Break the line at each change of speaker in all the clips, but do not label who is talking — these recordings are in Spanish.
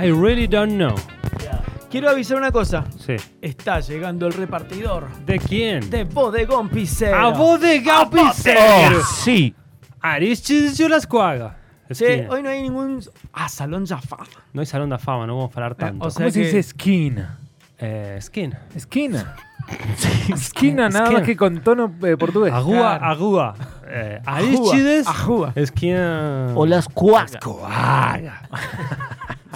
I really don't know.
Quiero avisar una cosa.
Sí.
Está llegando el repartidor
¿De quién?
de Ah, Bodegón Picero.
¡A bodega
Oh,
Picero!
sí.
Aristides de las Cuagas.
Che, hoy no hay ningún... Ah, Salón Jaffa.
No hay salón de fama, no vamos a hablar tanto.
Ah, o sea-
¿Cómo se
que-
dice esquina?
Eh, skin.
Esquina. Esquina nada
Esquina.
más que con tono eh, portugués.
Agua,
Claro.
agua. Eh, Aristides.
Ajúa.
Esquina.
O las cuacas.
Coaga.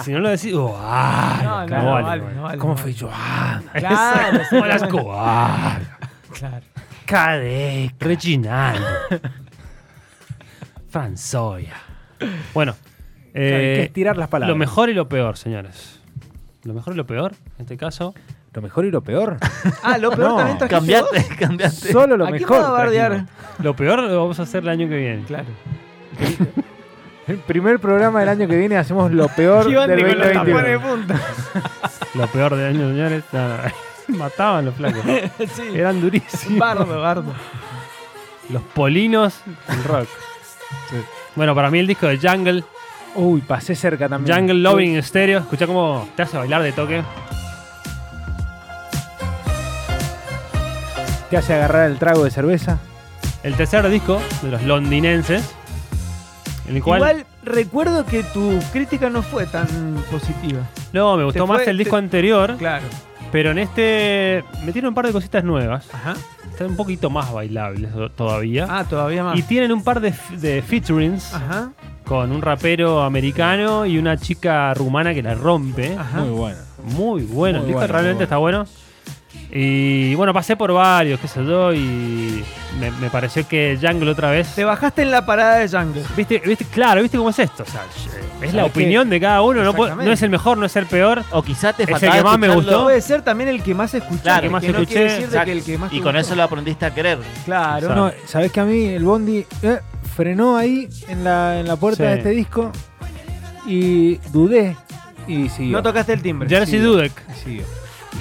si no lo decís. oh, Coaga.
No, no, no vale, no vale,
¿Cómo
no
fue
vale.
yo?
Claro,
Eso, o las coaga.
Claro.
Cadeca. Reginaldo. Franzoya. Bueno.
Hay que
Eh,
estirar las palabras.
lo mejor y lo peor, señores. Lo mejor y lo peor, en este caso.
Lo mejor y lo peor.
Ah, lo peor
No,
también trajiste vos.
Cambiate, cambiate.
Solo lo
¿A quién
mejor.
vas a bardear?
trajimos.
Lo peor lo vamos a hacer el año que viene.
Claro.
El primer programa del año que viene hacemos lo peor del
Gigante con los tapones de
2021.
punta.
Lo peor del año, señores. No, no, Mataban los flacos.
sí.
Eran durísimos.
Bardo, bardo.
Los polinos del rock. Bueno, para mí el disco de Jungle,
Uy, pasé cerca también.
Jungle Loving en estéreo. Escucha cómo te hace bailar de toque.
Te hace agarrar el trago de cerveza.
El tercer disco de los londinenses. En el cual.
Igual recuerdo que tu crítica no fue tan positiva.
no, me gustó
te fue-
más el
te-
disco anterior.
Claro.
Pero en este. Metieron un par de cositas nuevas.
Ajá.
Están un poquito más bailables todavía.
Ah, todavía más.
y tienen un par de, f- de featurings
Ah.
Ajá.
con un rapero americano y una chica rumana que la rompe.
Ajá.
bueno.
Muy bueno, el
Ah. Muy
disco
bueno,
realmente
muy
está bueno. Y bueno, pasé por varios, qué sé yo, y me, me pareció que Jungle otra vez.
Te bajaste en la parada de Jungle.
¿Viste, viste, claro, ¿viste cómo es esto? O sea, es la
¿Sabes qué?
opinión de cada uno, no, po-
Exactamente.
no es el mejor, no es el peor.
O quizá te
Es el
faltaba
que más me
escucharlo
gustó.
Puede ser también el que más escuché.
Claro,
el que más
no
escuché,
quiere decir de
exacto.
que el que más te
y con
gustó.
eso lo aprendiste a querer.
Claro.
Exacto.
No, ¿sabés que a mí el Bondi eh, frenó ahí en la, en la
Sí.
puerta de este disco y dudé y siguió?
No tocaste el timbre.
Jersey
sí.
Dudek.
y siguió.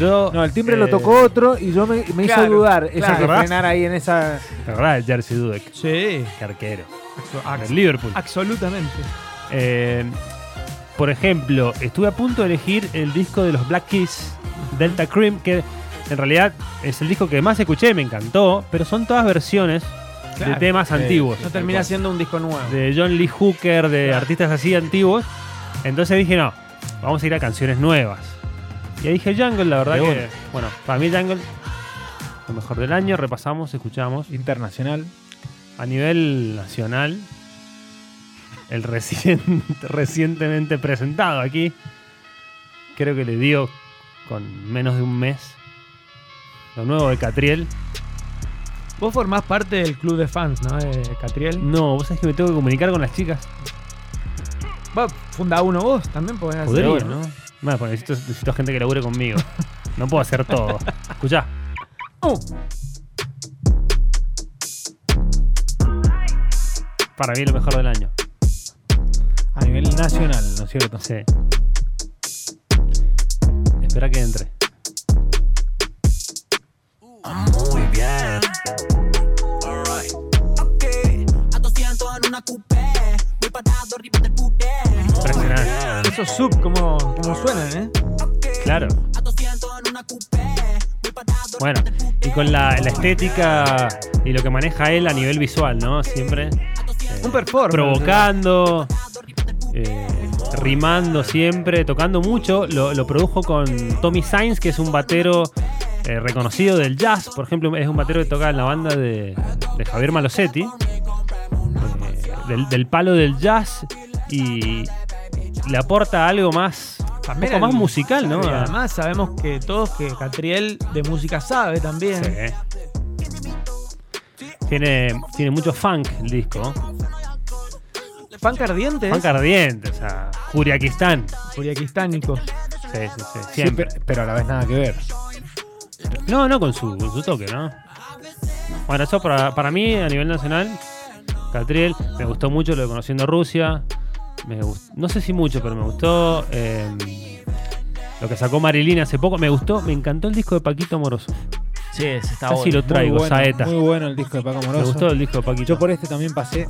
Yo,
No, el timbre
eh,
lo tocó otro y yo me, me hizo
claro,
dudar. Esa
claro.
que frenar ahí en esa.
¿Te acordás de Jersey Dudek?
Sí.
Qué arquero.
Abso-
En
abs-
el Liverpool.
Absolutamente.
Eh, por ejemplo, estuve a punto de elegir el disco de los Black Keys, Delta Cream, que en realidad es el disco que más escuché, me encantó, pero son todas versiones de
Claro.
temas antiguos.
No termina siendo un disco nuevo.
De John Lee Hooker, de artistas así antiguos. Entonces dije, no, vamos a ir a canciones nuevas. Y ahí dije Jungle, la verdad
De
que.
una.
Bueno, para mí Jungle, lo mejor del año, repasamos, escuchamos.
Internacional.
A nivel nacional, el recien- recientemente presentado aquí, creo que le dio con menos de un mes lo nuevo de Catriel.
Vos formás parte del club de fans, ¿no? De Catriel.
No, vos sabés que me tengo que comunicar con las chicas.
Va, funda uno vos también podés hacer.
Podría,
uno.
¿no? Bueno, porque necesito, necesito gente que labure conmigo. No puedo hacer todo. Escuchá.
Oh,
Para mí lo mejor del año.
A nivel nacional, ¿no es cierto?
Sí. Espera que entre.
Ah, Muy bien. Alright. Ok. A 200 en una coupé. Voy parado arriba del puré.
Impresionante.
esos sub como, como suenan, ¿eh?
Claro.
A 200 en una coupé. Voy parado
Bueno, y con la, la estética y lo que maneja él a nivel visual, ¿no? Siempre eh,
Un performance.
provocando, eh, rimando siempre, tocando mucho. Lo, lo produjo con Tommy Sainz, que es un batero eh, reconocido del jazz. Por ejemplo, es un batero que toca en la banda de, de Javier Malosetti, eh, del, del palo del jazz, y le aporta algo más, un poco
También
más
el-
musical, ¿no?
Y
A-
además sabemos que todos que Catriel de música sabe también.
Sí. Tiene, tiene mucho funk el disco.
Funk ardiente
Funk ardiente, o sea, Juriaquistán.
Curiaquistánico.
Sí, sí, sí,
Sí,
siempre.
pe- pero a la vez nada que ver.
No, no con su, con su toque, ¿no? Bueno, eso para, para mí a nivel nacional, Catriel, me gustó mucho lo de Conociendo Rusia. Me gust- no sé si mucho, pero me gustó eh, lo que sacó Marilina hace poco. Me gustó, me encantó el disco de Paquito Moroso.
Sí, ese está
Casi
bueno.
lo traigo,
muy bueno,
Saeta.
Muy bueno el disco de Paco
Me
Moroso.
gustó el disco de Paquito.
Yo por este también pasé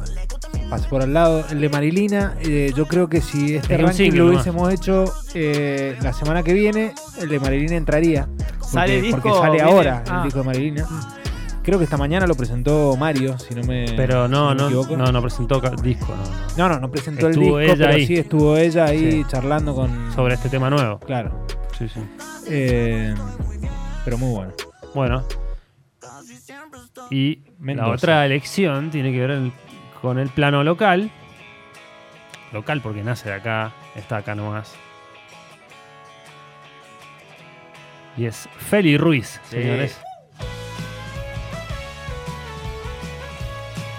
pasó por al lado. El de Marilina, eh, yo creo que si este
Es un
ranking
single
lo
nomás.
hubiésemos hecho eh, la semana que viene, el de Marilina entraría. Porque,
¿Sale disco
porque sale
o viene?
ahora
Ah.
el disco de Marilina. Creo que esta mañana lo presentó Mario, si no me.
Pero no,
si me
no,
equivoco.
no, no presentó ca- disco no, no,
No, no, no presentó
Estuvo
el
ella
disco, pero
ahí.
sí estuvo ella ahí
Sí.
charlando con.
sobre este tema nuevo.
Claro.
Sí, sí.
Eh, pero muy bueno.
Bueno. Y
Mendoza.
la otra elección tiene que ver el- con el plano local. Local porque nace de acá, está acá nomás. Y es Feli Ruiz, señores.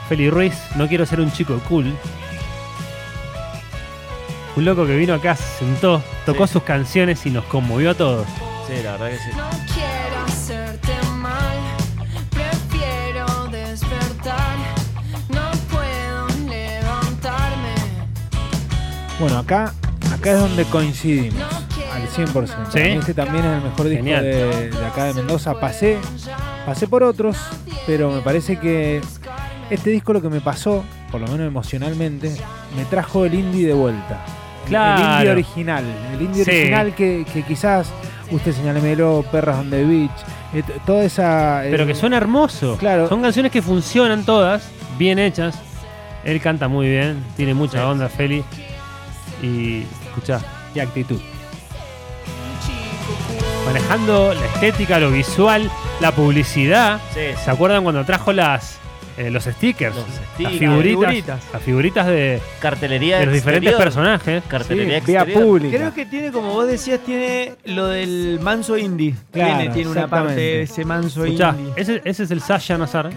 Feli Ruiz, no quiero ser un chico cool. Un loco que vino acá, se sentó, tocó sus canciones y nos conmovió a todos.
Sí, la verdad que sí.
No quiero hacerte mal, prefiero despertar. No puedo levantarme.
Bueno, acá, acá es donde coincidimos
No quiero
al 100%.
Sí.
Este también es el mejor disco
Genial.
Eh, de, de acá de Mendoza. Pasé, pasé por otros, pero me parece que este disco lo que me pasó, por lo menos emocionalmente, me trajo el indie de vuelta. El- El indie
Claro.
original. El indie
Sí.
original que, que quizás usted señálemelo, Perras on the Beach, eh, t- toda esa. eh,
Pero que suena hermoso.
Claro.
Son canciones que funcionan todas, bien hechas. Él canta muy bien, tiene mucha onda, Feli. Y escuchá,
Y actitud.
manejando la estética, lo visual, la publicidad.
Sí,
¿Se acuerdan cuando trajo las eh, los stickers?
Los
las
stickers,
figuritas.
las figuritas.
Las figuritas, de,
Cartelería
de los diferentes
exterior.
personajes.
Cartelería
Sí, vía
exterior.
pública.
Creo que tiene, como vos decías, tiene lo del manso indie.
Claro,
tiene, tiene una parte de
exactamente.
ese manso
Escuchá,
indie.
ese, ese es el Sasha Nazar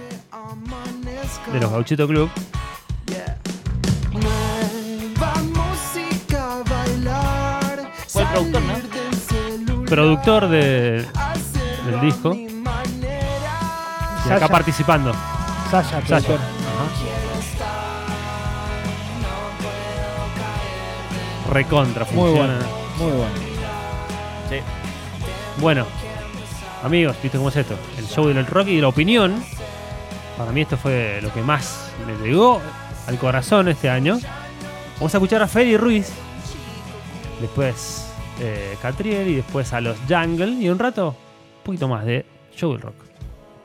de los Gauchito Club.
música, bailar.
Fue el productor, ¿no?
salir del celular,
Productor de,
hacerlo
del
a
disco.
mi manera.
y acá
Sasha.
participando.
Sasha,
Sasha.
productor.
Recontra,
Muy
funciona.
bueno. Muy bueno.
Sí.
Bueno, amigos, ¿viste cómo es esto? El show del rock y de la opinión. Para mí esto fue lo que más me llegó al corazón este año. Vamos a escuchar a Feli Ruiz, después eh, Catriel y después a los Jungle y un rato un poquito más de show del rock.